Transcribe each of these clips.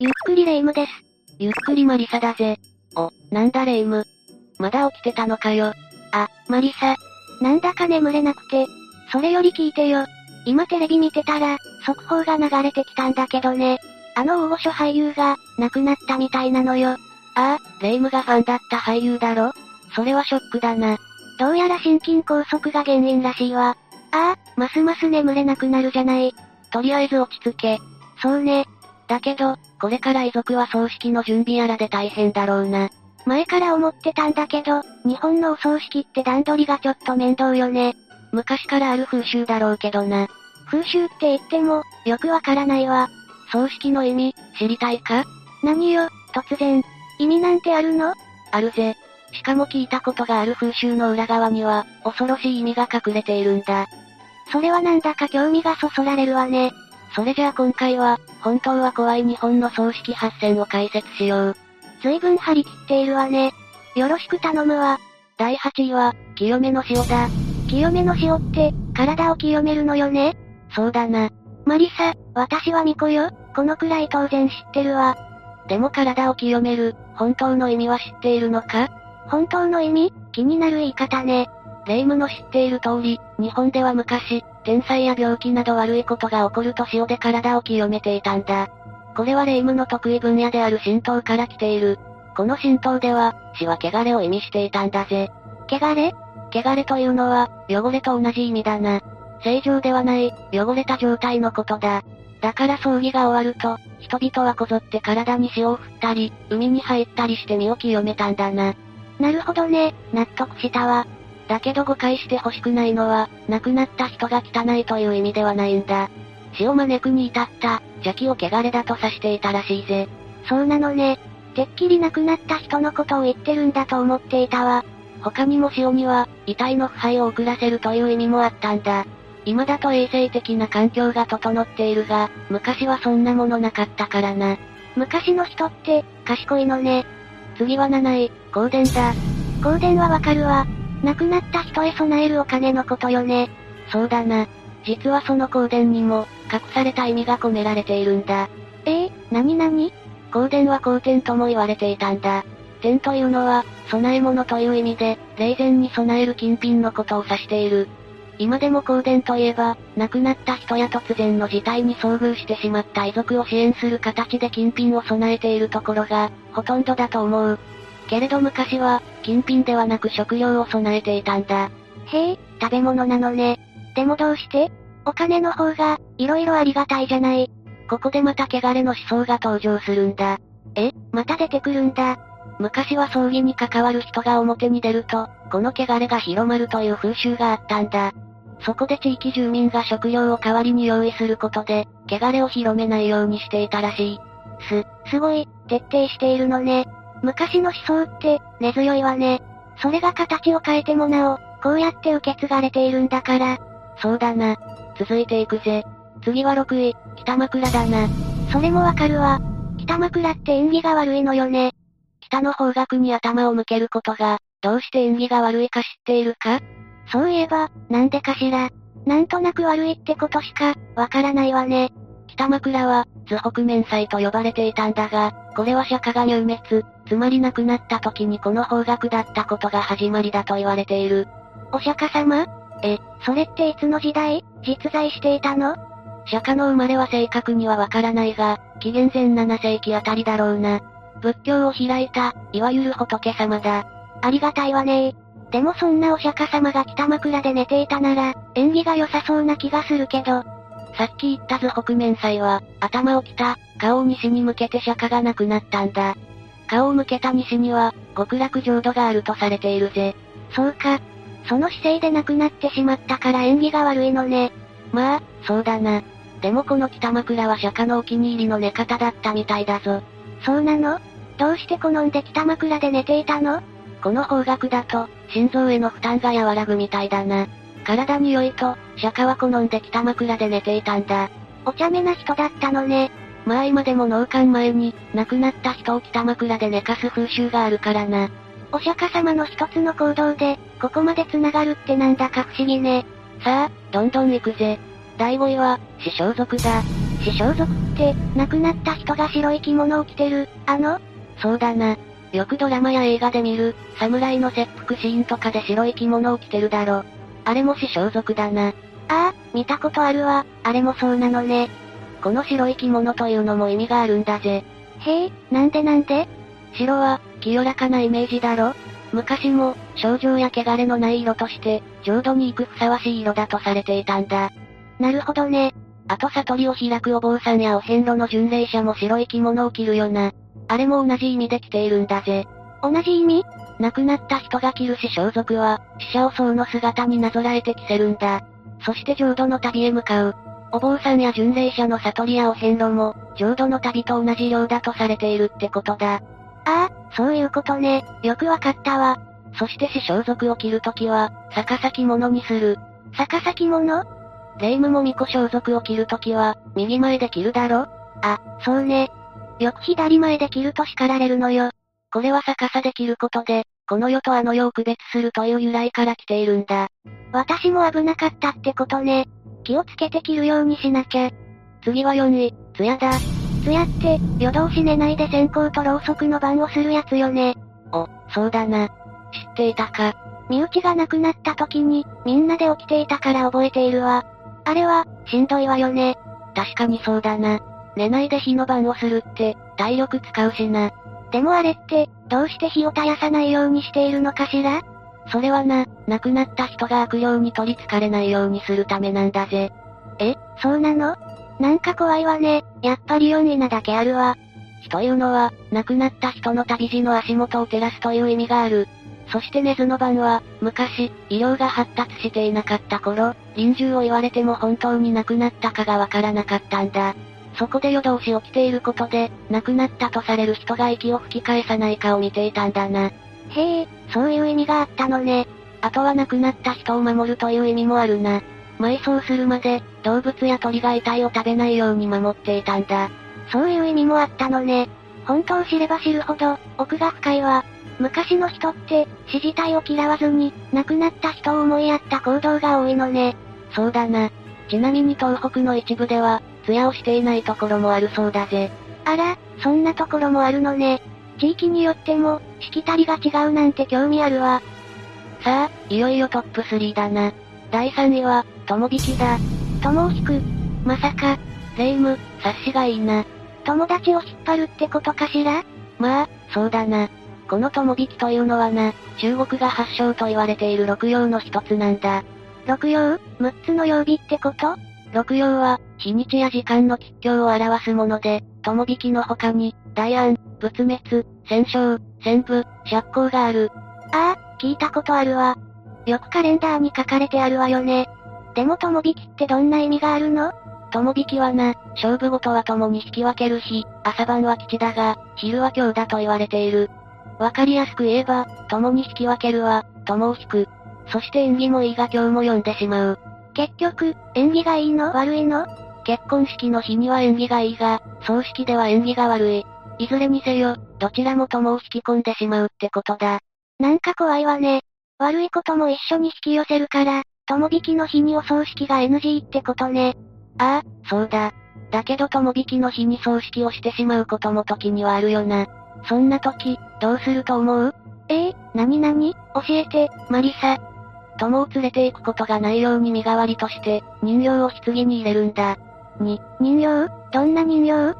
ゆっくりレ夢ムです。ゆっくりマリサだぜ。お、なんだレイム。まだ起きてたのかよ。あ、マリサ。なんだか眠れなくて。それより聞いてよ。今テレビ見てたら、速報が流れてきたんだけどね。あの大御所俳優が、亡くなったみたいなのよ。ああ、レイムがファンだった俳優だろそれはショックだな。どうやら心筋梗塞が原因らしいわ。ああ、ますます眠れなくなるじゃない。とりあえず落ち着け。そうね。だけど、これから遺族は葬式の準備やらで大変だろうな。前から思ってたんだけど、日本のお葬式って段取りがちょっと面倒よね。昔からある風習だろうけどな。風習って言っても、よくわからないわ。葬式の意味、知りたいか何よ、突然。意味なんてあるのあるぜ。しかも聞いたことがある風習の裏側には、恐ろしい意味が隠れているんだ。それはなんだか興味がそそられるわね。それじゃあ今回は、本当は怖い日本の葬式8選を解説しよう。ずいぶん張り切っているわね。よろしく頼むわ。第8位は、清めの塩だ。清めの塩って、体を清めるのよねそうだな。マリサ、私は巫女よ。このくらい当然知ってるわ。でも体を清める、本当の意味は知っているのか本当の意味気になる言い方ね。霊夢の知っている通り、日本では昔、天災や病気など悪いことが起こると塩で体を清めていたんだ。これは霊夢の得意分野である神道から来ている。この神道では、死は汚れを意味していたんだぜ。汚れ汚れというのは、汚れと同じ意味だな。正常ではない、汚れた状態のことだ。だから葬儀が終わると、人々はこぞって体に塩を振ったり、海に入ったりして身を清めたんだな。なるほどね。納得したわ。だけど誤解してほしくないのは、亡くなった人が汚いという意味ではないんだ。死を招くに至った、邪気を汚れだと指していたらしいぜ。そうなのね。てっきり亡くなった人のことを言ってるんだと思っていたわ。他にも塩には、遺体の腐敗を遅らせるという意味もあったんだ。今だと衛生的な環境が整っているが、昔はそんなものなかったからな。昔の人って、賢いのね。次は7位、香典だ。香典はわかるわ。亡くなった人へ備えるお金のことよね。そうだな。実はその香典にも、隠された意味が込められているんだ。ええ何々香典は香典とも言われていたんだ。典というのは、供え物という意味で、霊前に供える金品のことを指している。今でも香典といえば、亡くなった人や突然の事態に遭遇してしまった遺族を支援する形で金品を供えているところが、ほとんどだと思う。けれど昔は、金品ではなく食料を供えていたんだ。へえ、食べ物なのね。でもどうしてお金の方が、色々ありがたいじゃない。ここでまた汚れの思想が登場するんだ。また出てくるんだ。昔は葬儀に関わる人が表に出ると、この汚れが広まるという風習があったんだ。そこで地域住民が食料を代わりに用意することで、汚れを広めないようにしていたらしい。す、すごい、徹底しているのね。昔の思想って、根強いわね。それが形を変えてもなお、こうやって受け継がれているんだから、そうだな。続いていくぜ。次は6位、北枕だな。それもわかるわ。北枕って縁起が悪いのよね。北の方角に頭を向けることが、どうして縁起が悪いか知っているかそういえば、なんでかしら。なんとなく悪いってことしか、わからないわね。北枕は、図北面祭と呼ばれていたんだが、これは釈迦が入滅、つまり亡くなった時にこの方角だったことが始まりだと言われている。お釈迦様え、それっていつの時代、実在していたの釈迦の生まれは正確にはわからないが、紀元前7世紀あたりだろうな。仏教を開いた、いわゆる仏様だ。ありがたいわねでもそんなお釈迦様が北枕で寝ていたなら、縁起が良さそうな気がするけど、さっき言った図北面祭は、頭を北、顔を西に向けて釈迦が亡くなったんだ。顔を向けた西には、極楽浄土があるとされているぜ。そうか。その姿勢で亡くなってしまったから縁起が悪いのね。まあ、そうだな。でもこの北枕は釈迦のお気に入りの寝方だったみたいだぞ。そうなのどうして好んで北枕で寝ていたのこの方角だと、心臓への負担が和らぐみたいだな。体に良いと、釈迦は好んで北枕で寝ていたんだ。お茶目な人だったのね。まあ今でも納棺前に、亡くなった人を北枕で寝かす風習があるからな。お釈迦様の一つの行動で、ここまで繋がるってなんだか不思議ね。さあ、どんどん行くぜ。第5位は、死装族だ。死装束って、亡くなった人が白い着物を着てる、あのそうだな。よくドラマや映画で見る、侍の切腹シーンとかで白い着物を着てるだろ。あれも死装束だな。ああ、見たことあるわ、あれもそうなのね。この白い着物というのも意味があるんだぜ。へえ、なんでなんで白は、清らかなイメージだろ昔も、症状や汚れのない色として、浄土に行くふさわしい色だとされていたんだ。なるほどね。あと悟りを開くお坊さんやお遍路の巡礼者も白い着物を着るよな。あれも同じ意味で着ているんだぜ。同じ意味亡くなった人が着る死装束は、死者を僧の姿になぞらえて着せるんだ。そして浄土の旅へ向かう。お坊さんや巡礼者の悟りやお遍路も、浄土の旅と同じ量だとされているってことだ。ああ、そういうことね。よくわかったわ。そして死装束を着るときは、逆先物にする。逆先物霊夢も巫女装束を着るときは、右前で着るだろあ、そうね。よく左前で着ると叱られるのよ。これは逆さで着ることで、この世とあの世を区別するという由来から来ているんだ。私も危なかったってことね。気をつけて着るようにしなきゃ。次は4位、ツヤだ。艶って、夜通し寝ないで線香とろうそくの番をするやつよね。お、そうだな。知っていたか。身内が亡くなった時に、みんなで起きていたから覚えているわ。あれは、しんどいわよね。確かにそうだな。寝ないで火の番をするって、体力使うしな。でもあれって、どうして火を絶やさないようにしているのかしらそれはな、亡くなった人が悪霊に取り憑かれないようにするためなんだぜ。そうなのなんか怖いわね。やっぱり4位なだけあるわ。火というのは、亡くなった人の旅路の足元を照らすという意味がある。そして根津の番は、昔、医療が発達していなかった頃、臨終を言われても本当に亡くなったかがわからなかったんだ。そこで夜通し起きていることで、亡くなったとされる人が息を吹き返さないかを見ていたんだな。へえ、そういう意味があったのね。あとは亡くなった人を守るという意味もあるな。埋葬するまで、動物や鳥が遺体を食べないように守っていたんだ。そういう意味もあったのね。本当を知れば知るほど、奥が深いわ。昔の人って、死自体を嫌わずに、亡くなった人を思いやった行動が多いのね。そうだな。ちなみに東北の一部では、艶をしていないところもあるそうだぜ。あら、そんなところもあるのね。地域によっても、しきたりが違うなんて興味あるわ。さあ、いよいよトップ3だな。第3位は、友引きだ。友を引く。まさか、霊夢、察しがいいな。友達を引っ張るってことかしらまあ、そうだな。この友引きというのはな、中国が発祥と言われている六曜の一つなんだ。六曜、六つの曜日ってこと六曜は、日にちや時間の吉凶を表すもので、友引きの他に、大安、仏滅、戦勝、戦部、釈光がある。ああ、聞いたことあるわ。よくカレンダーに書かれてあるわよね。でも友引きってどんな意味があるの友引きはな、勝負事は共に引き分ける日、朝晩は吉だが、昼は強だと言われている。わかりやすく言えば、共に引き分けるは、共を引く。そして縁起もいいが今日も読んでしまう。結局、縁起がいいの悪いの結婚式の日には縁起がいいが、葬式では縁起が悪い。いずれにせよ、どちらも共を引き込んでしまうってことだ。なんか怖いわね。悪いことも一緒に引き寄せるから、友引きの日にお葬式が NG ってことね。ああ、そうだ。だけど友引きの日に葬式をしてしまうことも時にはあるよな。そんな時、どうすると思うええなになに教えて、マリサ。友を連れて行くことがないように身代わりとして、人形を棺に入れるんだ。人形どんな人形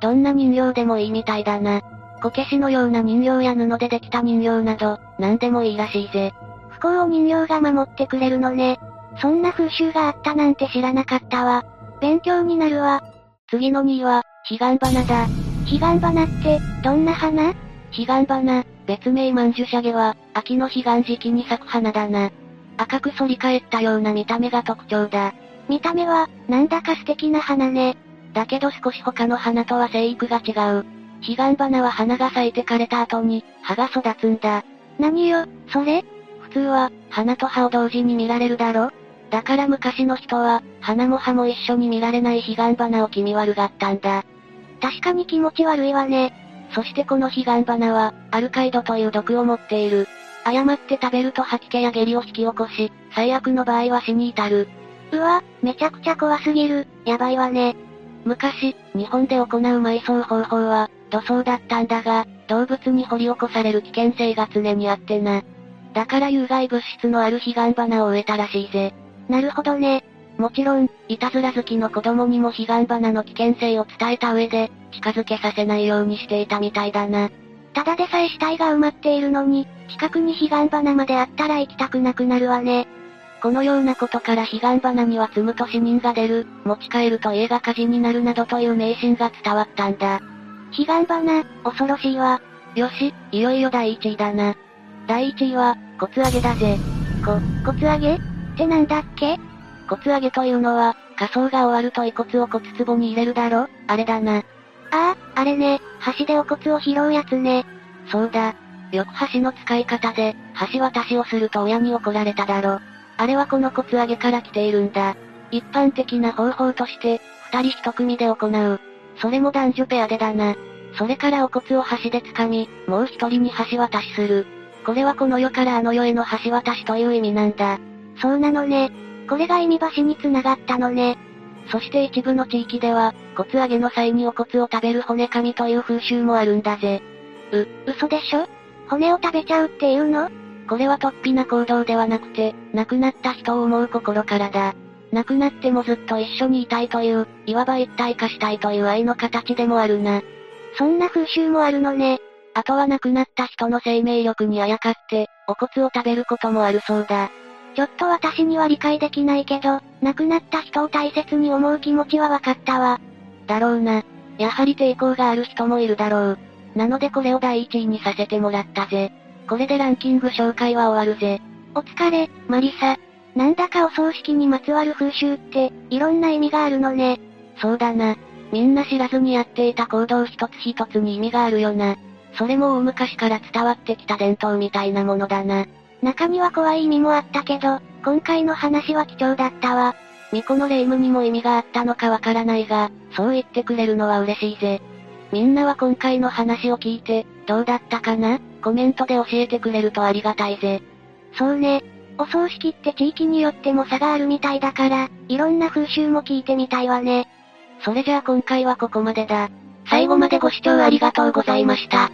どんな人形でもいいみたいだな。こけしのような人形や布でできた人形など、何でもいいらしいぜ。不幸を人形が守ってくれるのね。そんな風習があったなんて知らなかったわ。勉強になるわ。次の2位は、彼岸花だ。彼岸花って、どんな花彼岸花、別名万樹シャゲは、秋の彼岸時期に咲く花だな。赤く反り返ったような見た目が特徴だ。見た目は、なんだか素敵な花ね。だけど少し他の花とは生育が違う。彼岸花は花が咲いて枯れた後に、葉が育つんだ。何よ、それ普通は、花と葉を同時に見られるだろだから昔の人は、花も葉も一緒に見られない彼岸花を気味悪がったんだ。確かに気持ち悪いわね。そしてこの彼岸花は、アルカイドという毒を持っている。誤って食べると吐き気や下痢を引き起こし、最悪の場合は死に至る。うわ、めちゃくちゃ怖すぎる。やばいわね。昔、日本で行う埋葬方法は、土葬だったんだが、動物に掘り起こされる危険性が常にあってな。だから有害物質のある彼岸花を植えたらしいぜ。なるほどね。もちろん、いたずら好きの子供にも彼岸花の危険性を伝えた上で、近づけさせないようにしていたみたいだな。ただでさえ死体が埋まっているのに、近くに彼岸花まであったら行きたくなくなるわね。このようなことから彼岸花には積むと死人が出る、持ち帰ると家が火事になるなどという迷信が伝わったんだ。彼岸花、恐ろしいわ。よし、いよいよ第1位だな。第1位は、コツアゲだぜ。こ、コツアゲってなんだっけコツアゲというのは、仮装が終わると遺骨を骨壺に入れるだろあれだな。ああ、あれね、橋でお骨を拾うやつね。そうだ。よく橋の使い方で、橋渡しをすると親に怒られただろ。あれはこの骨上げから来ているんだ。一般的な方法として、二人一組で行う。それも男女ペアでだな。それからお骨を橋で掴み、もう一人に橋渡しする。これはこの世からあの世への橋渡しという意味なんだ。そうなのね。これが意味橋に繋がったのね。そして一部の地域では、骨上げの際にお骨を食べる骨神という風習もあるんだぜ。う、嘘でしょ骨を食べちゃうっていうのこれは突飛な行動ではなくて、亡くなった人を思う心からだ。亡くなってもずっと一緒にいたいという、いわば一体化したいという愛の形でもあるな。そんな風習もあるのね。あとは亡くなった人の生命力にあやかって、お骨を食べることもあるそうだ。ちょっと私には理解できないけど、亡くなった人を大切に思う気持ちはわかったわ。だろうな。やはり抵抗がある人もいるだろう。なのでこれを第1位にさせてもらったぜ。これでランキング紹介は終わるぜ。お疲れ、マリサ。なんだかお葬式にまつわる風習って、いろんな意味があるのね。そうだな。みんな知らずにやっていた行動一つ一つに意味があるよな。それも大昔から伝わってきた伝統みたいなものだな。中には怖い意味もあったけど、今回の話は貴重だったわ。巫女の霊夢にも意味があったのかわからないが、そう言ってくれるのは嬉しいぜ。みんなは今回の話を聞いて、どうだったかなコメントで教えてくれるとありがたいぜ。そうね。お葬式って地域によっても差があるみたいだから、いろんな風習も聞いてみたいわね。それじゃあ今回はここまでだ。最後までご視聴ありがとうございました。